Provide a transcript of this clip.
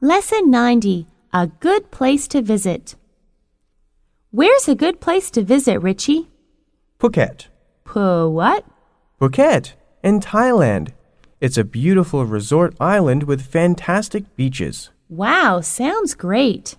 Lesson 90 A Good Place to Visit. Where's a good place to visit, Richie? Phuket. Puh, what? Phuket in Thailand. It's a beautiful resort island with fantastic beaches. Wow, sounds great.